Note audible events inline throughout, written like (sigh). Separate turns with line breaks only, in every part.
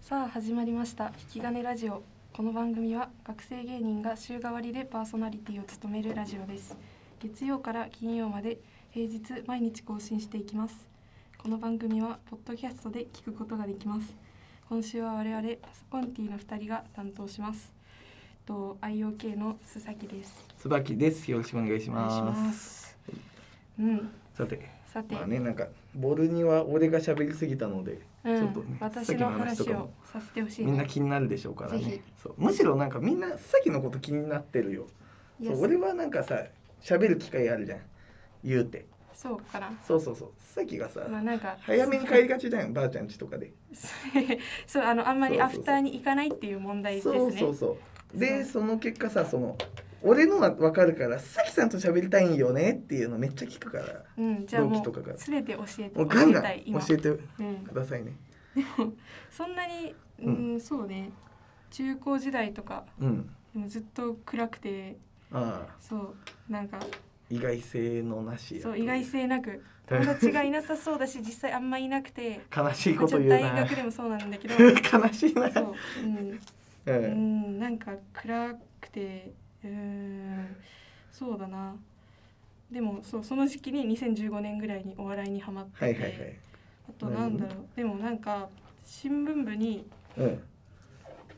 さあ始まりました引き金ラジオこの番組は学生芸人が週替わりでパーソナリティを務めるラジオです月曜から金曜まで平日毎日更新していきますこの番組はポッドキャストで聞くことができます今週は我々パソコンティの2人が担当しますえっと IOK の須崎です
椿です。よろしくお願いし
お願いし
ま。
ますすうん
さて、
さて、
まあね、なんかボルには俺が喋りすぎたので、
うん
ちょっとね、
私の話
さっき
をさせてほしい
みんな気になるでしょうから
ぜひ
ね。そう、むしろなんかみんなさっきのこと気になってるよ。
い
そ
や
う俺はなんかさ、喋る機会あるじゃん。言うて。
そうかな
そうそうそう。さっきがさ、
まあなんか
早めに帰りがちだよ、ばあちゃん家とかで。
(laughs) そうあのあんまり
そう
ア
そうそう
フターに行かないっていう問題ですね。
そうそうそう。で、その結果さ、その。俺のは分かるから、さきさんと喋りたいんよねっていうのめっちゃ聞くから。
うんじゃあも
同期とか
う
が
すべて教えて
もうガ
教
ン
え
ガン
たい今。
教えてく
うん
ださいね。
そんなにうん、そうね中高時代とか
うん。
でもずっと暗くて
ああ。
そうなんか
意外性のなしや
そう意外
(laughs)
性なく友達がいなさそうだし実際あんまいなくて。
悲しい
ま
こ
あちょ
と
っ
言
と
う
大 (laughs)
な
学でもそうなん
(laughs)
だけど
悲しいな
そう、うん、
う
うんん、なんか暗くてうんそうだなでもそうその時期に2015年ぐらいにお笑いにハマってて、
はいはいはい
あとなんだろう、でもなんか新聞部に
うん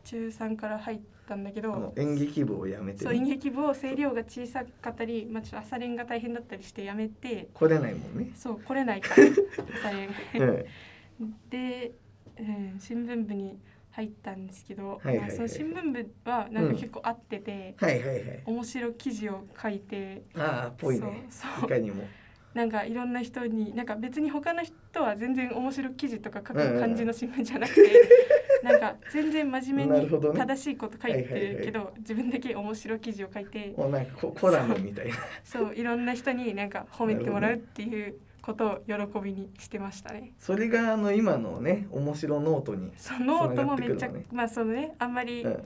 中3から入ったんだけ
あの
ど
演劇部をやめて
そう演
ね
劇部を声量が小さかったり、まあ、ちょっと朝練が大変だったりしてやめて
来れないもんね
そう来れない
(laughs)
から朝練
うん
で、うん、新聞部に入ったんですけど、
はいはいは
ま
い
あその新聞部はなんか結構合ってて、
はいはいはい
面白記事を書いて
ああぽいね
そう
い
そう
かにも
なんかいろんな人になんか別に他の人は全然面白記事とか書く感じの新聞じゃなくて、
(laughs)
なんか全然真面目
なるほど
に
ね
正しいこと書いてるけど、
は
自分だけ面白記事を書いて
もうなんかココラムみたいな
(laughs) そういろんな人になんか褒めてもらうっていうことを喜びにしてましたね。
それがあの今のね面白ノートに
そうノートもめっちゃ、
つながってくるのね
まあそのねあんまり
うん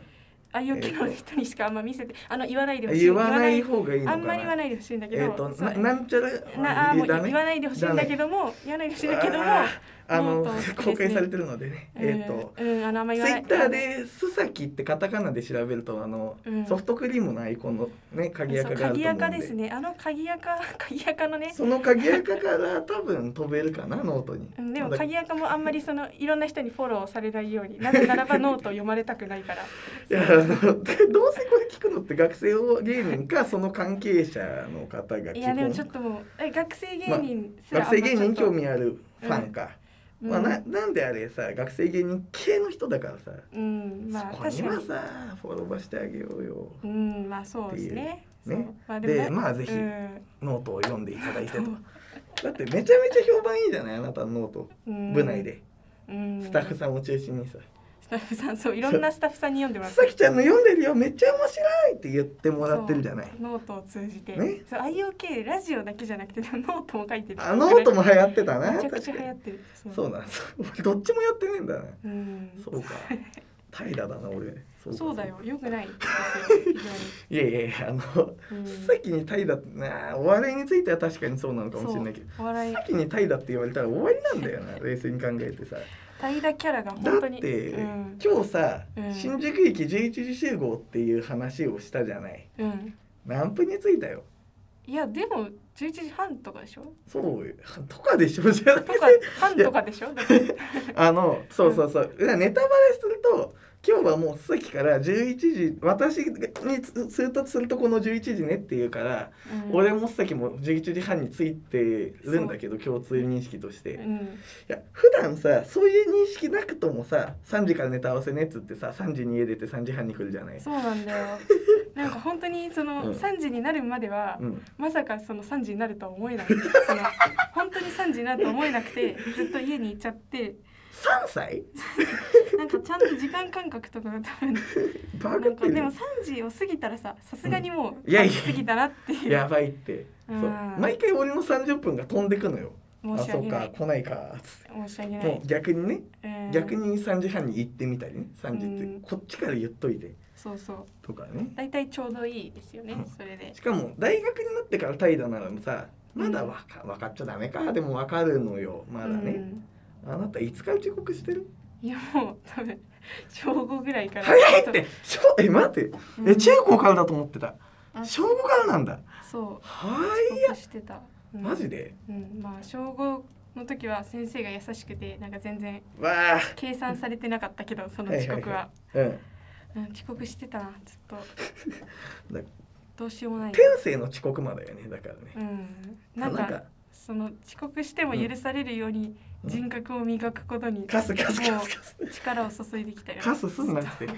愛用機能の人にしかあんま見せてあの言わないでほしい
言わない方がいいの
あ
か
んまり言わ
な
ないでほしいんだけど、
えっと
そう
ななんちゃら
なあーもう
ダメ
言わないでほしいんだけども言わないでほしいんだけども
あーあの
ノートを
公開されてるのでねえっと
うん、うん、あのあんま
ツイ
言わない
ッターで「須崎」ってカタカナで調べるとあの、
うん
ソフトクリームのアイコンのね鍵垢
そう
があると
鍵
思うんで
垢ですねあの鍵垢 (laughs) 鍵垢のね
その鍵垢から多分飛べるかなノートに
うんでも
まだ
鍵垢もあんまりそのいろんな人にフォローされないようになぜならばノートを読まれたくない
(laughs)
から
いやあのどうせこれ聞くのって学生を芸人かその関係者の方が基本
いやでもちょっともうえ学生芸人すらあんまち
学生
ょっ
芸
と
人に興味あるファンか、
うん
まあ、ななんであれさ学生芸人系の人だからさ、
うんまあ
そこに
確か
は
に
さフォローばしてあげようよ
うんまあそうですね
っていうね
そうまあも
でまあぜひ
うん
ノートを読んでいただいてと
そう
だってめちゃめちゃ評判いいじゃないあなたのノート
うん
部内で、
うん
スタッフさんを中心にさ
スタッフさんそういろんなスタッフさんに読んでもらって
さきちゃんの読んでるよめっちゃ面白いって言ってもらってるじゃない
ノートを通じて、
ね
そう IOK ラジオだけじゃなくてノートも書いてる
あノートも流行ってたな
めちゃく
確
ちゃ
か
流行っ
に
てる
そうなんそう俺 (laughs) どっちもやってねえんだな
うん
そうか平らだな俺そか
そうだよよくないですよ非
いやいやいやあの
常に、うん
さっきに平らってなお笑いについては確かにそうなのかもしれないけど
そうお笑い
さっきに平らって言われたら終わりなんだよな冷静に考えてさ
怠惰キャラが
だ
本当
っ
に
て、
うん、
今日さ、
うん
新宿駅11時集合っていう話をしたじゃない
うん、
何分に着いたよ
いやでも11時半とかでしょ
そうよとかでしょじゃな
と
くて
か半とかでしょだって
あのそうそうそう、だからネタバレすると今日はもうさっきから11時私につ通達するとこの11時ねっていうから、
うん
俺もさっきも11時半に着いてるんだけど共通認識として、
う
い
ん
や普段さそういう認識なくともさ3時からネタ合わせねっつってさ3時に家出て3時半に来るじゃない。
そうなんだよなんか本当にその、
うん
3時になるまでは、
うん、
まさかその3時になるとは思えないその本当に3時になるとは思えなくてずっと家にいちゃって
3歳
なんかちゃんと時間感覚とかが多分
バ
な
グっ
んか
て
でも
る
3時を過ぎたらささすがにもう
いやいや
過ぎたなっていう
やばいって、そう
うん
毎回俺の30分が飛んでくのよ
申し訳な
あそ
いう
か来ないかつって
申し訳な
も
いう
逆にね
うん
逆に3時半に行ってみたりね3時って
うん
こっちから言っといて
そうそう
とかね
大体ちょうどいいですよね
うん
それで
しかも大学になってから怠惰ならさまだわか分かっちゃダメかでも分かるのよまだね、あなたいつから遅刻してる
いやもう多分正午ぐらいから
早いってしょえ待って
うん
え中高からだと思ってた
あ
正午からなんだ
そう
はい
遅刻してた、うん
マジで
うんまあ小五の時は先生が優しくてなんか全然
わあ
計算されてなかったけどその遅刻は,、
うん
うん、遅刻してたなずっと
(laughs) だ
どうしようもない
天性の遅刻魔だよねだからね
うんなんかその遅刻しても許されるように
うん
人格を磨くことに
カスカスカスカス
力を注いできたよ
カスすんなくて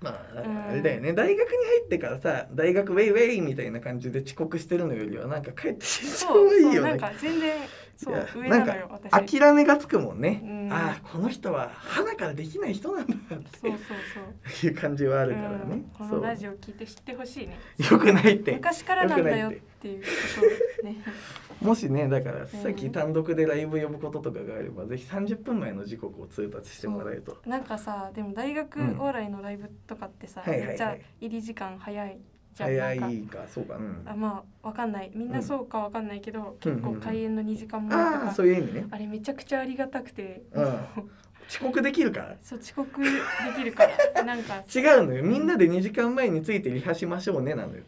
まああれだよね大学に入ってからさ大学ウェイウェイみたいな感じで遅刻してるのよりはなんか帰ってしま
そう
うがいい
そう
よ
なん
ね
か全然そ
いうや
上なのよ私
諦めがつくもんね
うん
ああこの人は花からできない人なんだっ
そうそうそう
ていう感じはあるから
うん
ね
こ
そ
の
う
ラジオ聞いて知ってほしいね
よくないって
昔からなんだよっていうこと
(laughs)
ね
もしねだからさっき単独でライブ呼ぶこととかがあればぜひ30分前の時刻を通達してもらえると
なんかさでも大学お笑いのライブとかってさ、
うんはいはいはい
めっちゃ入り時間早いじゃん
早
なんか
いかそうかうん
あまあわかんないみんなそうかわかんないけど、
うん
結構開演の2時間前とか、
ああそういう意味ね
あれめちゃくちゃありがたくて、
うん遅刻できるから
そう遅刻できるから (laughs) なんか
違うのよみんなで2時間前についてリハしましょうねなのよ、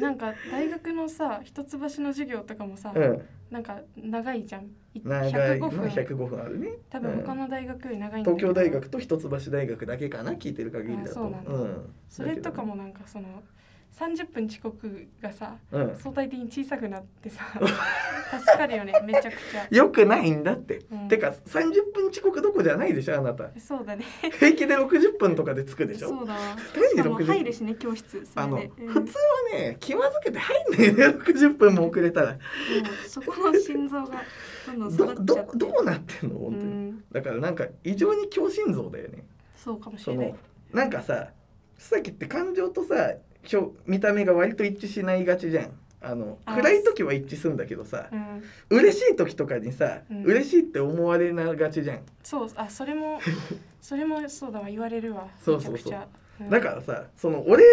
なんか大学のさ一橋の授業とかもさ、
うん、
なんか長いじゃんい
長い
105
の
分
105分あるね
多分他の大学より長いんだ
東
けど
京大学と一橋大学だけかな聞いてる限りだ
あ
と
そうなんだ
ん
それとかもなんかその30分遅刻がさ
だけどね
相対的に小さくなって
(laughs)
さ助かるよねめちゃくちゃ
う。んよくないんだって、
うん
てか30分遅刻どこじゃないでしょあ
(laughs)
なた
そうだね。
平気で60分とかで着くでしょ
そうだわ。
何
しかも
60
入るしね教室。それ
あの、
でうん
普通はね気まずけて入んないで60分も遅れたら
もうそこの心臓がどんどん下が
ど
っちゃっ
ど
て。
どうなってんの
う
本当に、
ん、
だからなんか異常に強心臓だよね
そうかもし
そ
れない
の。なんかささっきって感情とさ表見た目が割と一致しないがちじゃんあの
あー
暗い時は一致するんだけどさ
うん、
嬉しい時とかにさ、
うん
嬉しいって思われながちじゃん、
そうあそれもそれもそうだわ言われるわ。
そうそうそう
めちゃくちゃ。うん
だからさその俺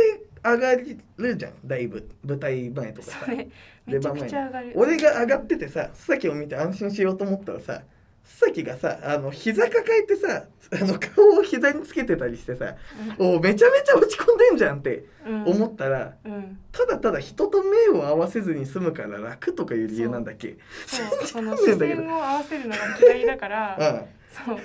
上がるじゃんだいぶ舞台前とかさ、
それめちゃくちゃ上がる。
俺が上がっててさ須崎を見て安心しようと思ったらさ須崎がさあの膝抱えてさあの顔を膝につけてたりしてさ「おうめちゃめちゃ落ち込んでんじゃん」って
うん、
思ったら、
うん、
ただただ人と目を合わせずに済むから楽とかいう理由なんだっけ (laughs)
そうその
信
視
じられないんだけど
線を合わせるのが嫌いだか
あ
ら、
あ
そう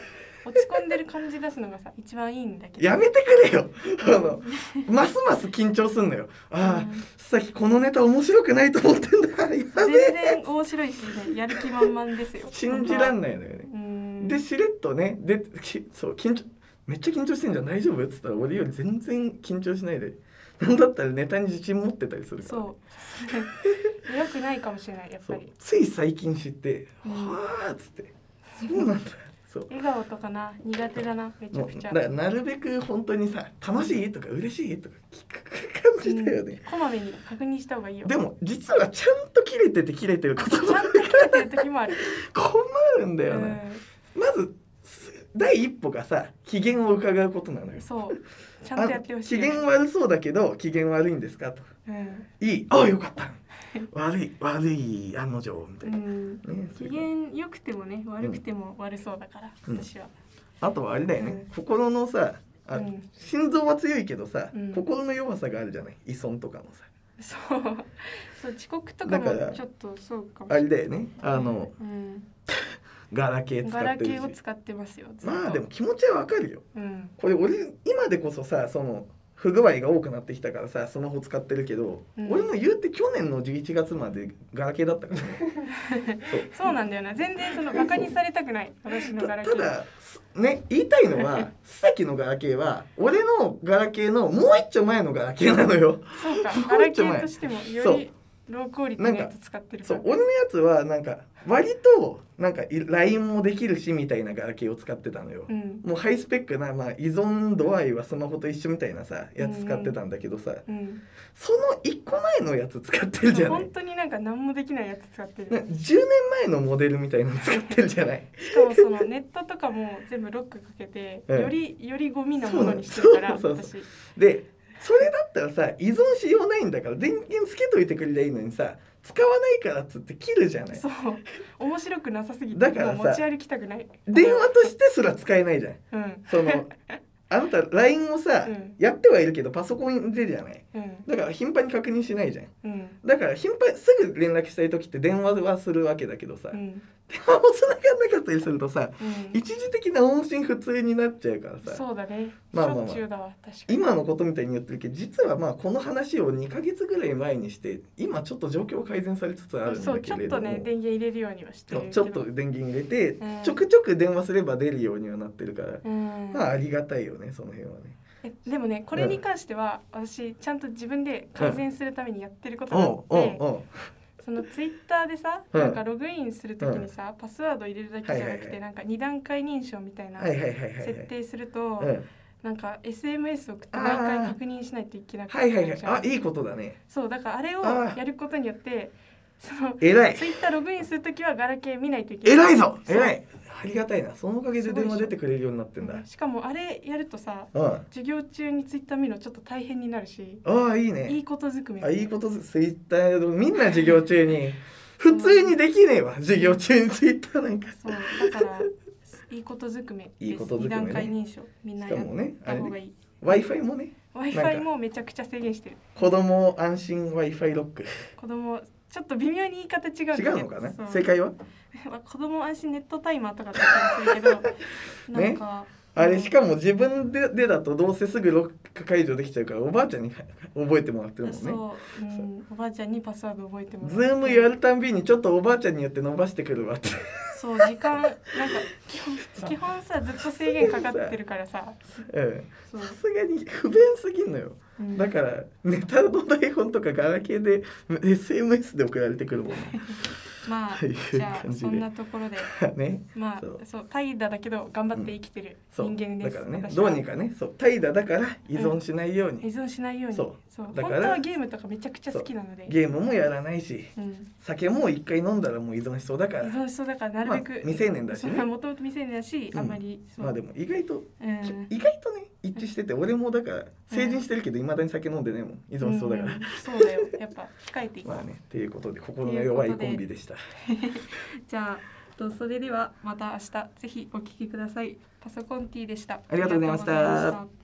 落ち込んでる感じ出すのがさ一番いいんだけど。
やめてくれよあのますます緊張すんのよあ
うん
あさっきこのネタ面白くないと思ってんだやべ
全
え
然面白いし、ね、やる気満々ですよ。
信じら
ん。
んないのよね
うん。
でしれっとねできそう緊張めっちゃ緊張してんじゃん大丈夫っつったら俺より全然緊張しないでなんだったらネタに自信持ってたりするから
そう。 (laughs) 良くないかもしれない、やっぱり。
つい最近知って「
うん
はあ」っつって「そうなんだ」そう
笑顔とかな、苦手だな、めちゃ
も
く
う
ちゃ
だか。らなるべく本当にさ「楽しい?」とか「嬉しい?」とか聞く感じだよね、
うんこまめに確認した方がいいよ。
でも実はちゃんと切れてて切れてること
ちゃんと切れてる時もある。
困るんだよな、まずす第一歩がさ機嫌を伺うことなの
う
よ
ん、そう。ちゃんとやってほしい
あ
よ
機
ね。
嫌悪そうだけど機嫌悪いんですかと
うん。
いいあよかった悪い悪い案の定みた
う
いな、
ん。
ねそ
機
れから
嫌良くてもね、悪くても悪そうだから、
うん
私は。
あとはあれだよね、
うん
心のさあ、
うん
心臓は強いけどさ、
うん
心の弱さがあるじゃない依存とかのさ
そう。そう、遅刻とか
だから
もちょっとそうかも
あ
しれな
れ
い。
だよねあの、
うん。
ガラケー使
ガ
っ
ラ
て
ケーを
るし
使ってますよ。ずっと
まあでも。気持ちはわかるよ
うん。
これ俺今でこそさその不具合が多くなってきたからさスマホ使ってるけど、
うん
俺も言うて去年の11月までガラケーだったからね
そうなんだよな。全然そのバカにされたくない。私の
た
ガラケ
た
ー。
だすね言いたいの
(laughs)
は須崎のガラケーは俺のガラケーのもう一丁前のガラケーなのよ
そうか
もう。
ガラ
一
ケ
丁前
ーとしても
そ
よ
う
りロークオリティのやつ使ってるか
そ
ら
う。俺のやつはなんか割となんかい LINE もできるしみたいなガラケーを使ってたのよ、
うん。
もうハイスペックな、まあ、依存度合いはスマホと一緒みたいなさやつ使ってたんだけどさ、
うん。
その1個前のやつ使ってるじゃない
本当になんか何もできないやつ使って
な
る。
10年前のモデルみたいなの使ってるじ
(laughs)
ゃない
しかもそのネットとかも全部ロックかけて、
うん
よりよりゴミなものにしてるから
そうそう
私。
でそれだったらさ依存しようないんだから電源つけといてくれりゃいいのにさ使わないからっつって切るじゃない
そう面白くなさすぎて
だからさ
もう持ち歩きたくない
電話としてすら使えないじゃん
うん
その
(laughs)
あんた LINE をさ、
うん
やってはいるけどパソコンでじゃない
うん
だから頻繁に確認しないじゃん
うん
だから頻繁すぐ連絡したい時って電話はするわけだけどさ、
うん
電話も繋がんなかったりするとさ
うん
一時的な音信不通になっちゃうからさ
そうだね、
まあまあまあ
しょっちゅうだわ確かに
今のことみたいに言ってるけど実はまあこの話を2ヶ月ぐらい前にして今ちょっと状況改善されつつあるん
そ
だ
うち
け
ょっ
れど
と
も
ね電源入れるようにはしてる
そ
け
う
ど
ちょっと電源入れて、
うん
ちょくちょく電話すれば出るようにはなってるから、
うん、
まあありがたいよねその辺はね。
えでもねこれに関しては私ちゃんと自分で改善するためにやってることがあって、
うんうんうん
そのツイッターでさ、
うん
なんかログインするときにさ、パスワード入れるだけじゃなくて、
はいはいはい
なんか二段階認証みたいな
はいはいはいはいはい。
設定すると、
うん、
なんか SMS 送って
あー
毎回確認しないといけなくな
は
っ
いは
ち
い
ゃ
は
うじゃ
い
ん
あいいことだね
そうだからあれを
あー
やることによってその
偉い
ツイッターログインするときはガラケー見ないといけない
偉いぞ
そう
偉いありがたいなそのおかげで電話出てくれるようになってんだ
うんしかもあれやるとさ
うんあ
授業中にツイッター見るのちょっと大変になるし
あいいね
いいことずくめ
あいいことずツイッターみんな授業
(laughs)
中に普通にできねえわ授業中にツイッターなんか
そうだからいいことずくめです
(laughs) いいことずくめね
二段階認証みんな
し
や
か
っ
もねあ
た
れ
方が
ね
いい
w i f i もね
w i f
なん
i
か
もめちゃくちゃ制限してる
子供安心 w i f i ロック
子供ちょっと微妙に言い方違うんだけ
違
ど
うのかな
そう
正解は
まあ子供安心ネットタイマーとかだったりするけど、
(laughs) ね
なんか
あれしかも自分ででだとどうせすぐロック解除できちゃうからおばあちゃんに覚えてもらってるもんね
そう、うん、おばあちゃんにパスワード覚えてもらっ
ズ
て
ームやるたんびにちょっとおばあちゃんによって伸ばしてくるわって
(laughs) そう時間なんか基本基本さずっと制限かかってるからさ
うん
そう、
さすがに不便すぎんのよ
うん
だからネタの台本とかガラケーで SMS で送られてくるもんね
(laughs) まあ
という
じゃ
感
あ
じ
そ
で
んなところで
ね
まあ
そ
そう
う
怠惰だけど頑張って生きてる
そう
人間です、
だからね
私
ど
は
うにかねそう怠惰だから依存しないように、
依存しないように
そうだ
本
か
当
ら
はゲームとかめちゃくちゃ好きなので
ゲームもやらないし
うん、
酒も一回飲んだらもう依存しそうだか
依
ら
存しそうだからなるべ
まあ
く、
未成年だしね
もともと未成年だし、
うん
あんまりそう、
まあでも意外と、
うん
意外とね一致してて俺もだから成人してるけどいまだに酒飲んでねえもん依存しそうだから、
んそうだよやっぱ控えていこう、
まあねっていうことで心の弱いコンビでした
じゃあとそれではまた明日ぜひお聞きくださいパソコンティーでした
ありがとうございました
ありがとうございま